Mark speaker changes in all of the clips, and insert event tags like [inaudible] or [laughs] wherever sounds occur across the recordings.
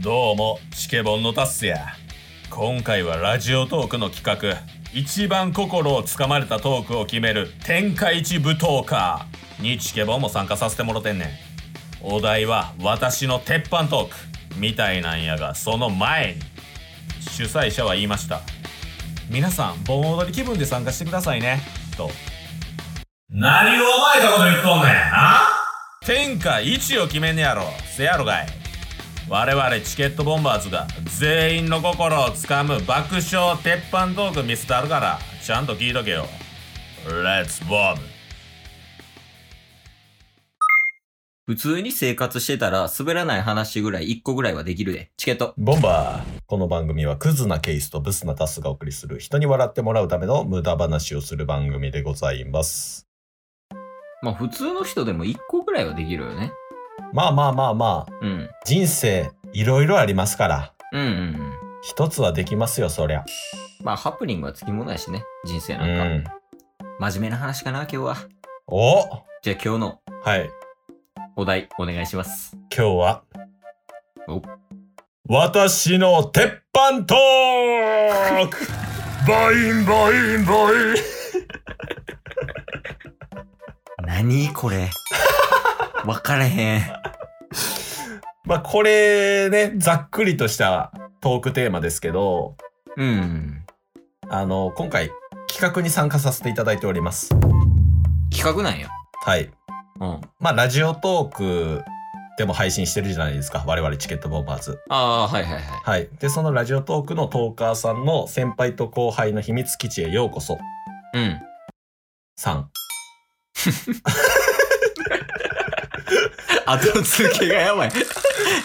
Speaker 1: どうもチケボンのタッスや今回はラジオトークの企画一番心をつかまれたトークを決める天下一舞踏家にチケボンも参加させてもろてんねんお題は私の鉄板トークみたいなんやがその前に主催者は言いました皆さん盆踊り気分で参加してくださいねと何をお前たこと言っとんねんあ天下一を決めんねやろせやろがい我々チケットボンバーズが全員の心をつかむ爆笑鉄板トーク見せたるからちゃんと聞いとけよレッツボム
Speaker 2: 普通に生活してたら滑らない話ぐらい1個ぐらいはできるで。チケット。
Speaker 3: ボンバーこの番組はクズなケースとブスなタスがお送りする人に笑ってもらうための無駄話をする番組でございます。
Speaker 2: まあ普通の人でも1個ぐらいはできるよね。
Speaker 3: まあまあまあまあ、
Speaker 2: うん。
Speaker 3: 人生いろいろありますから、
Speaker 2: うんうんうん。
Speaker 3: 一つはできますよ、そりゃ。
Speaker 2: まあハプニングはつきものやしね。人生
Speaker 3: う
Speaker 2: なんか。
Speaker 3: ん。
Speaker 2: 真面目な話かな、今日は。
Speaker 3: お
Speaker 2: じゃあ今日の
Speaker 3: はい。
Speaker 2: お題お願いします。
Speaker 3: 今日は
Speaker 2: お、
Speaker 3: 私の鉄板トーク [laughs] バインバインバイン
Speaker 2: 何これ。 [laughs] わからへん。
Speaker 3: まあこれね、ざっくりとしたトークテーマですけど、
Speaker 2: うん。
Speaker 3: あの、今回企画に参加させていただいております。
Speaker 2: 企画なんや。
Speaker 3: はい。
Speaker 2: うん。
Speaker 3: まあ、ラジオトークでも配信してるじゃないですか。我々チケットボンバーズ。
Speaker 2: ああー、はいはいはい。
Speaker 3: はい。で、そのラジオトークのトーカーさんの先輩と後輩の秘密基地へようこそ。 [laughs]
Speaker 2: うん。
Speaker 3: さん。
Speaker 2: 後付けがやばい。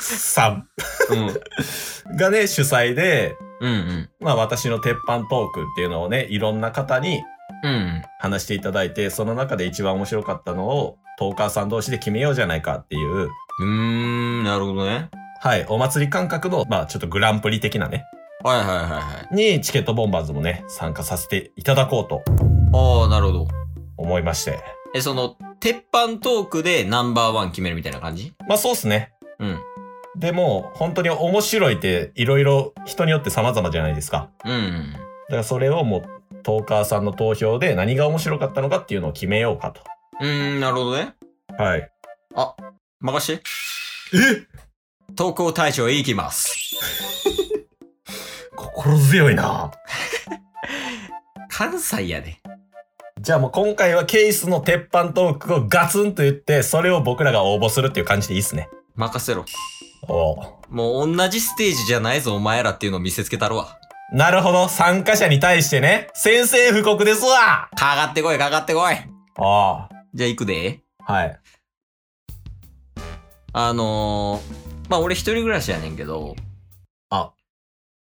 Speaker 3: さん。
Speaker 2: うん。
Speaker 3: がね、主催で、
Speaker 2: うんうん。
Speaker 3: まあ、私の鉄板トークっていうのをね、いろんな方に
Speaker 2: うん。
Speaker 3: 話していただいて、その中で一番面白かったのを、トーカーさん同士で決めようじゃないかっていう、
Speaker 2: うーん、なるほどね。
Speaker 3: はい、お祭り感覚の、まあ、ちょっとグランプリ的なね、
Speaker 2: はいはいはいはい。
Speaker 3: にチケットボンバーズもね、参加させていただこうと
Speaker 2: ああ、なるほど。
Speaker 3: 思いまして。
Speaker 2: え、その、鉄板トークでナンバーワン決めるみたいな感じ
Speaker 3: まあ、そうっすね。
Speaker 2: うん。
Speaker 3: でも本当に面白いっていろいろ人によって様々じゃないですか。
Speaker 2: うん。
Speaker 3: だからそれをもうトーカーさんの投票で何が面白かったのかっていうのを決めようかと。
Speaker 2: うーん、なるほどね。
Speaker 3: はい。
Speaker 2: 任して。え投稿対象いきます。
Speaker 3: 心強いな。
Speaker 2: 関西やで。
Speaker 3: じゃあもう今回はケースの鉄板トークをガツンと言って、それを僕らが応募するっていう感じでいいっすね。
Speaker 2: 任せろ。
Speaker 3: おう
Speaker 2: もう同じステージじゃないぞ、お前らっていうのを見せつけたるわ。
Speaker 3: なるほど。参加者に対してね、宣戦布告ですわ
Speaker 2: かかってこい、かかってこい。
Speaker 3: あ
Speaker 2: じゃあ行くで。
Speaker 3: あ。はい。
Speaker 2: あのー、まあ俺一人暮らしやねんけど、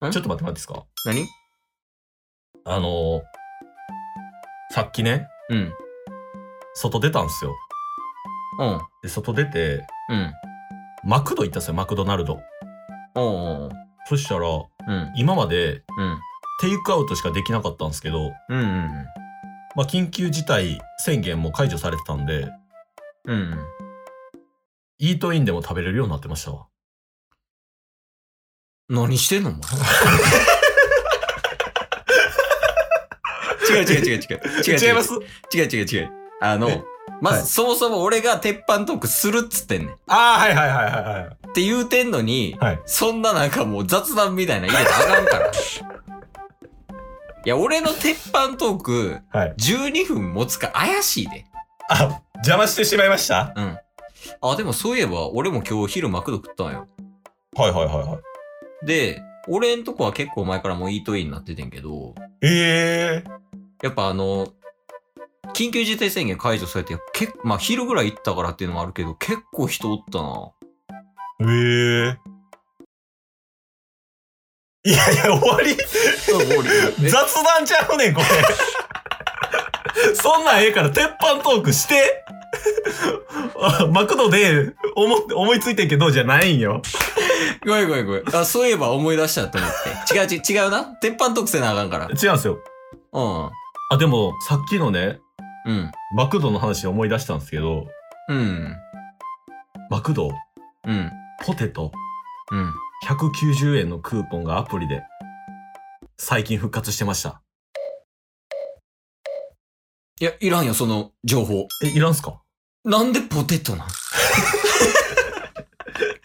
Speaker 3: ちょっと待って待っていいですか
Speaker 2: 何
Speaker 3: あのー、さっきね、
Speaker 2: うん。
Speaker 3: 外出たんすよ。
Speaker 2: うん。
Speaker 3: で、外出て、
Speaker 2: うん。
Speaker 3: マクド行ったんですよ、マクドナルド。
Speaker 2: おうおう
Speaker 3: そしたら、
Speaker 2: うん。
Speaker 3: 今まで
Speaker 2: うん。
Speaker 3: テイクアウトしかできなかったんですけど、
Speaker 2: うん。うん。
Speaker 3: まあ、緊急事態宣言も解除されてたんで、
Speaker 2: うんうん。
Speaker 3: イートインでも食べれるようになってましたわ。
Speaker 2: 何してんのお前 [laughs] 違う違う違う違う。違う違う違う違う違う。あの
Speaker 3: え、
Speaker 2: まず、
Speaker 3: はい
Speaker 2: そもそも俺が鉄板トークするっつってんねん。っ
Speaker 3: ああ、はいはいはいはいはい。
Speaker 2: て言うてんのに、
Speaker 3: はい
Speaker 2: そんななんかもう雑談みたいなの入れたらあかん
Speaker 3: [laughs]
Speaker 2: から。いや、俺の鉄板トーク、
Speaker 3: はい
Speaker 2: 12分持つか怪しいで。
Speaker 3: あ、邪魔してしまいましたは
Speaker 2: うん。あ、でもそういえば、俺も今日昼マクド食ったんよ。
Speaker 3: いはいはいはい。
Speaker 2: で、俺んとこは結構前からもうイートインになっててんけど、
Speaker 3: ええ
Speaker 2: やっぱあの、緊急事態宣言解除されて、結構、まあ昼ぐらい行ったからっていうのもあるけど、結構人おった
Speaker 3: [laughs]
Speaker 2: な。
Speaker 3: ええいやいや、終わり雑談ちゃうねん、これ。そんなんええから、鉄板トークして。あマクドで思って思いついてんけどじゃないんよ。
Speaker 2: ごめんごめんごめん。あ、そういえば思い出したと思って。違う違う、違うな。鉄板特性なあかんから。
Speaker 3: 違うんですよ。
Speaker 2: う
Speaker 3: あ、でも、さっきのね、
Speaker 2: ん。うん。
Speaker 3: マクドの話で思い出したんですけど、
Speaker 2: うん。
Speaker 3: マクド、
Speaker 2: うん。
Speaker 3: ポテト、
Speaker 2: うん。
Speaker 3: 190円のクーポンがアプリで最近復活してました。
Speaker 2: いや、いらんよ、その情報。
Speaker 3: え、いらんすか
Speaker 2: なんでポテトなん
Speaker 3: [laughs]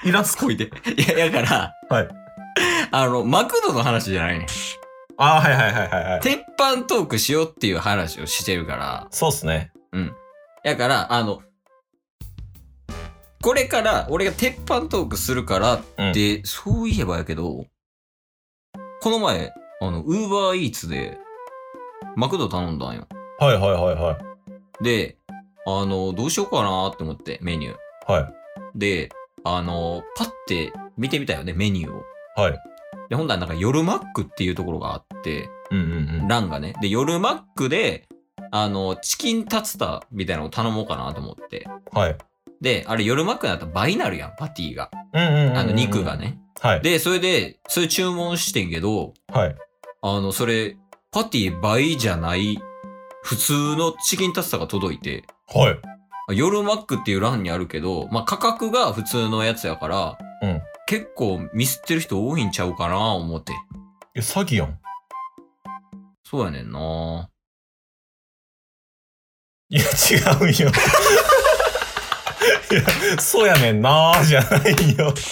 Speaker 3: いらんすか
Speaker 2: こいで。いや、だから、
Speaker 3: はい。
Speaker 2: あの、マクドの話じゃないねん。
Speaker 3: ああ、はいはいはいはいはい。
Speaker 2: 鉄板トークしようっていう話をしてるから。
Speaker 3: そうっすね。
Speaker 2: だから、あの、これから俺が鉄板トークするからって、そういえばやけど、この前、あの、ウーバーイーツで、マクド頼んだんよ。
Speaker 3: はいはいはいはい。
Speaker 2: で、あの、どうしようかなって思って、メニュー。
Speaker 3: は
Speaker 2: で、あの、パッて見てみたよね、メニューを。
Speaker 3: い。はい。
Speaker 2: で、ほんだらなんか夜マックっていうところがあって、
Speaker 3: うんうんうん。
Speaker 2: 欄がね。で、夜マックで、あの、チキンタツタみたいなのを頼もうかなと思って。
Speaker 3: はい。
Speaker 2: で、あれ夜マックだったら倍になるやん、パティが。
Speaker 3: うんうんうんうん
Speaker 2: あの、肉が。ね。
Speaker 3: はい。
Speaker 2: で、それで、それ注文してんけど、
Speaker 3: はい。
Speaker 2: あの、それ、パティ倍じゃない、普通のチキンタツタが届いて、
Speaker 3: はい。
Speaker 2: あ夜マックっていう欄にあるけど、まあ、価格が普通のやつやから、
Speaker 3: うん
Speaker 2: 結構ミスってる人多いんちゃうかな、思って。
Speaker 3: え、詐欺やん。
Speaker 2: そうやねんない
Speaker 3: や、違うんよ。 [laughs] いや、そうやねんなーじゃないよ。 [laughs]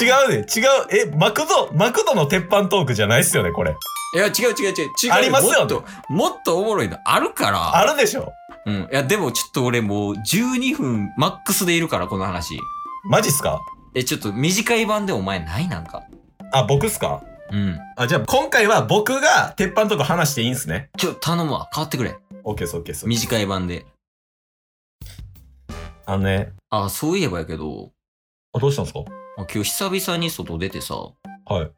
Speaker 3: 違うね。違う。え、マクド、マクドの鉄板トークじゃないっすよね、これ。
Speaker 2: いや、違う違う違う。違う
Speaker 3: ありますよね
Speaker 2: もっと、もっとおもろいのあるから。
Speaker 3: あるでしょ。
Speaker 2: うん。いや、でもちょっと俺もう12分マックスでいるから、この話。
Speaker 3: マジっすか
Speaker 2: え、ちょっと短い版でお前ないなんか。
Speaker 3: あ、僕っすか
Speaker 2: うん。
Speaker 3: あ、じゃあ今回は僕が鉄板トーク話していいんすね。
Speaker 2: ちょ、頼むわ。変わってくれ。
Speaker 3: オッケーっす、オッケーっす。
Speaker 2: 短い版で。
Speaker 3: あのね、
Speaker 2: あ、そういえばやけど、
Speaker 3: あ、どうしたんすか
Speaker 2: あ今日久々に外出てさ、
Speaker 3: はい。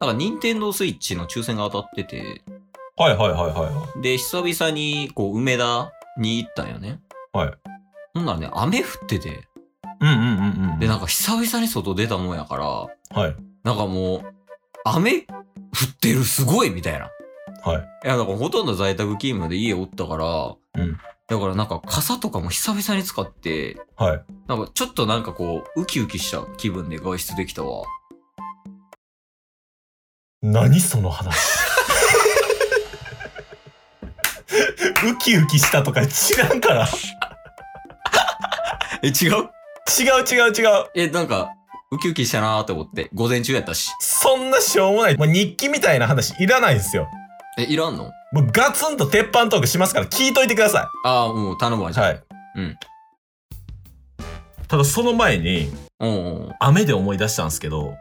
Speaker 2: なんか任天堂スイッチの抽選が当たってて、
Speaker 3: はいはいはいはいはい。
Speaker 2: で、久々にこう梅田に行ったんよね。
Speaker 3: はい。
Speaker 2: ほんならね、雨降ってて、
Speaker 3: うんうんうんうん。
Speaker 2: で、なんか久々に外出たもんやから、
Speaker 3: はい。
Speaker 2: なんかもう、雨降ってるすごいみたいな。
Speaker 3: はい。
Speaker 2: いや、だからほとんど在宅勤務で家おったから、
Speaker 3: うん
Speaker 2: だからなんか傘とかも久々に使って、
Speaker 3: はい。
Speaker 2: なんかちょっとなんかこう、ウキウキした気分で外出できたわ。
Speaker 3: 何その話ウキウキしたとか違うから
Speaker 2: え、違う
Speaker 3: 違う違う違う
Speaker 2: え、なんか、ウキウキしたなーって思って、午前中やったし。
Speaker 3: そんなしょうもない、まあ、日記みたいな話いらないんですよ
Speaker 2: え、いらんの
Speaker 3: もうガツンと鉄板トークしますから聞いといてくださ
Speaker 2: ああ、もう頼むわ、
Speaker 3: い
Speaker 2: じゃあ。
Speaker 3: はい
Speaker 2: うん
Speaker 3: ただその前に
Speaker 2: おうおう
Speaker 3: 雨で思い出したんですけど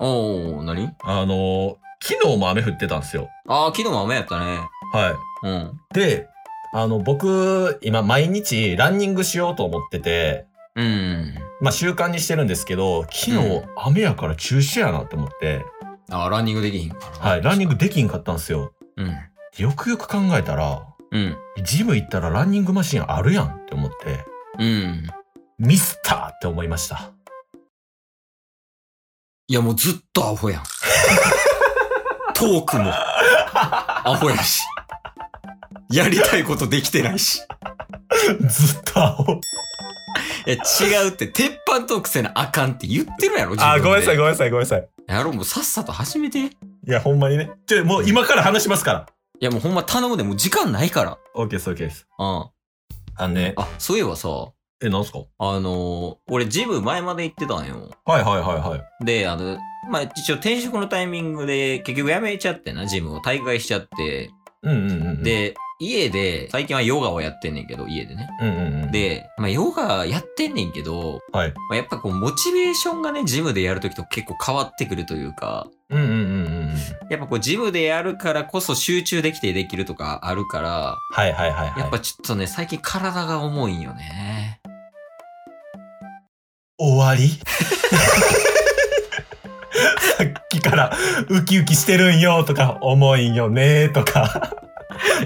Speaker 2: おうおう何
Speaker 3: あのー昨日も雨降ってたんですよ
Speaker 2: ああ、昨日も雨やったね。
Speaker 3: はい
Speaker 2: うん。
Speaker 3: であの僕今毎日ランニングしようと思ってて
Speaker 2: うん。
Speaker 3: まあ習慣にしてるんですけど昨日、
Speaker 2: うん
Speaker 3: 雨やから中止やなって思って
Speaker 2: ああ、ランニングできひんかな。
Speaker 3: はい、ランニングできんかったんですよ。
Speaker 2: うん。
Speaker 3: よくよく考えたら、
Speaker 2: うん。
Speaker 3: ジム行ったらランニングマシンあるやんって思って、
Speaker 2: うん。
Speaker 3: ミスったって思いました。
Speaker 2: いや、もうずっとアホ
Speaker 3: [laughs]
Speaker 2: やん。トークも。アホやし。やりたいことできてないし。
Speaker 3: ずっとアホ。
Speaker 2: いや、違うって、鉄板トークせなあかんって言ってるやろ、自分
Speaker 3: あ、
Speaker 2: で
Speaker 3: ごめんなさい、ごめんなさい、ごめんなさい。
Speaker 2: やろ、もうさっさと始めて。い
Speaker 3: いや、ほんまにね。ちょ、もう今から話しますから。
Speaker 2: や、もうほんま頼むで、もう時間ないから。
Speaker 3: オッケーです、オッケーです。
Speaker 2: うん。
Speaker 3: あのね、
Speaker 2: あ、そういえばさ、
Speaker 3: え、なんすか
Speaker 2: あのー俺ジム前まで行ってたんよ。
Speaker 3: はいはいはいはい。
Speaker 2: で、あの、まあ、一応転職のタイミングで結局辞めちゃってな、ジムを退会しちゃって。
Speaker 3: うんうんうん。、
Speaker 2: で、家で、最近はヨガをやってんねんけど、家でね。
Speaker 3: うんうんうん。、
Speaker 2: で、まあ、ヨガやってんねんけど、
Speaker 3: はい。
Speaker 2: まあ、やっぱこう、モチベーションがね、ジムでやるときと結構変わってくるというか、
Speaker 3: うんうんうんうん。
Speaker 2: やっぱこう、ジムでやるからこそ集中できてできるとかあるから、
Speaker 3: はいはいはいはい。
Speaker 2: やっぱ、ちょっとね、最近体が重いんよね。
Speaker 3: 終わりさっきからウキウキしてるんよとか重いんよねとか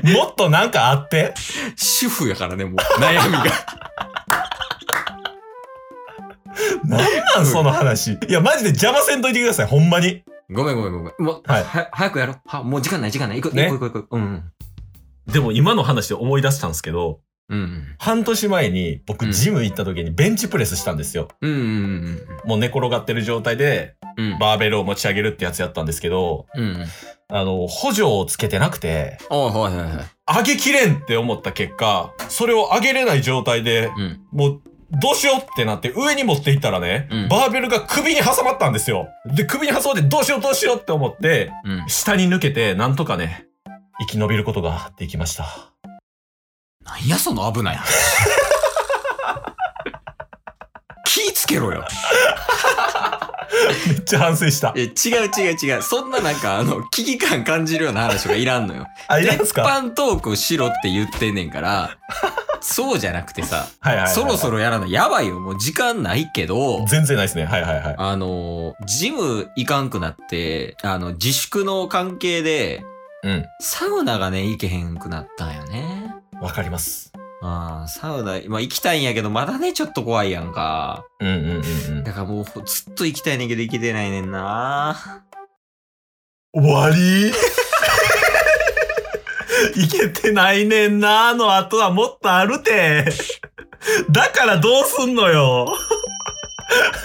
Speaker 3: もっとなんかあって
Speaker 2: 主婦やからね、もう、悩みが。
Speaker 3: [laughs] なんなんその話いやマジで邪魔せんといてくださいほんまに
Speaker 2: ごめんごめんごめん。もう、
Speaker 3: はい
Speaker 2: は早くやろう。は、もう時間ない時間ない。行こう、
Speaker 3: ね
Speaker 2: 行こう行こう行こう。うん。
Speaker 3: でも今の話で思い出したんですけど
Speaker 2: うん。
Speaker 3: 半年前に
Speaker 2: う
Speaker 3: 僕
Speaker 2: ん
Speaker 3: ジム行った時にベンチプレスしたんですよ。
Speaker 2: うんうん
Speaker 3: もう寝転がってる状態で
Speaker 2: うんうん。
Speaker 3: バーベルを持ち上げるってやつやったんですけど、
Speaker 2: うんうん。
Speaker 3: あの、補助をつけてなくて、
Speaker 2: ああ、はいはいはい。
Speaker 3: 上げきれんって思った結果、それを上げれない状態で、
Speaker 2: うん。
Speaker 3: もう、どうしようってなって上に持っていったらね、
Speaker 2: うん
Speaker 3: バーベルが首に挟まったんですよ。で、首に挟まってどうしようどうしようって思って、
Speaker 2: うん。
Speaker 3: 下に抜けて、なんとかね、生き延びることができました。
Speaker 2: なんやその危ない話。 [laughs] 気ぃつけろよ。
Speaker 3: めっちゃ反省した。
Speaker 2: え、違う違う違う。そんななんか、あの、危機感感じるような話がいらんのよ。
Speaker 3: あ、いらん
Speaker 2: 鉄
Speaker 3: すか
Speaker 2: 板トークしろって言ってんねんから、そうじゃなくてさ、
Speaker 3: はいはいはいはい。
Speaker 2: そろそろやらない。やばいよ。もう時間ないけど、
Speaker 3: 全然ないですね。はいはいはい。
Speaker 2: あの、ジム行かんくなって、あの、自粛の関係で、
Speaker 3: うん。
Speaker 2: サウナがね、行けへんくなったんよね。
Speaker 3: わかります。
Speaker 2: ああ、サウナ、まあ行きたいんやけど、まだね、ちょっと怖いやんか。
Speaker 3: うんうんうん
Speaker 2: だからもう、ほずっと行きたいねんけど、行けてないねんな。
Speaker 3: うん。終わり [laughs] いけてないねんなーの後はもっとあるて。だからどうすんのよ。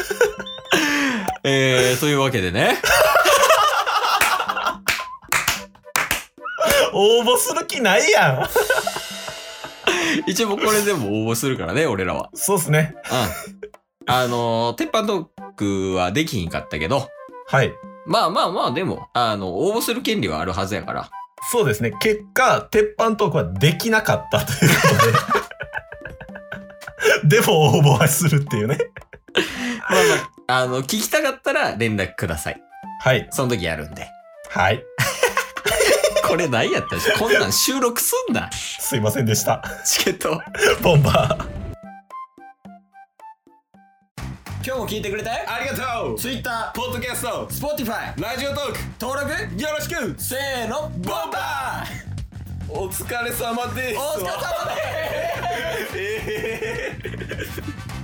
Speaker 2: [laughs] えー、というわけでね。 [laughs]
Speaker 3: 応募する気ないやん。
Speaker 2: 一応これでも応募するからね、俺らは。
Speaker 3: そうっすね。
Speaker 2: うん。あのー鉄板トークはできひんかったけど、
Speaker 3: はい。
Speaker 2: まあまあまあ、でも、あの、応募する権利はあるはずやから。
Speaker 3: そうですね。結果、鉄板トークはできなかったということで。で [laughs] も応募はするっていうね。
Speaker 2: まあまあ、あの、聞きたかったら連絡ください。
Speaker 3: はい。
Speaker 2: その時やるんで。
Speaker 3: はい。
Speaker 2: これ何やったし、こんなん収録すんな。
Speaker 3: すいませんでした。 [laughs]
Speaker 2: チケット。
Speaker 3: ボンバー。
Speaker 2: 今日も聞いてくれてありがとう Twitter、ポッドキャスト、Spotify、ラジオトーク、登録よろしくせーの、ボンバー
Speaker 3: お疲れ様です
Speaker 2: お疲れ様です
Speaker 3: えー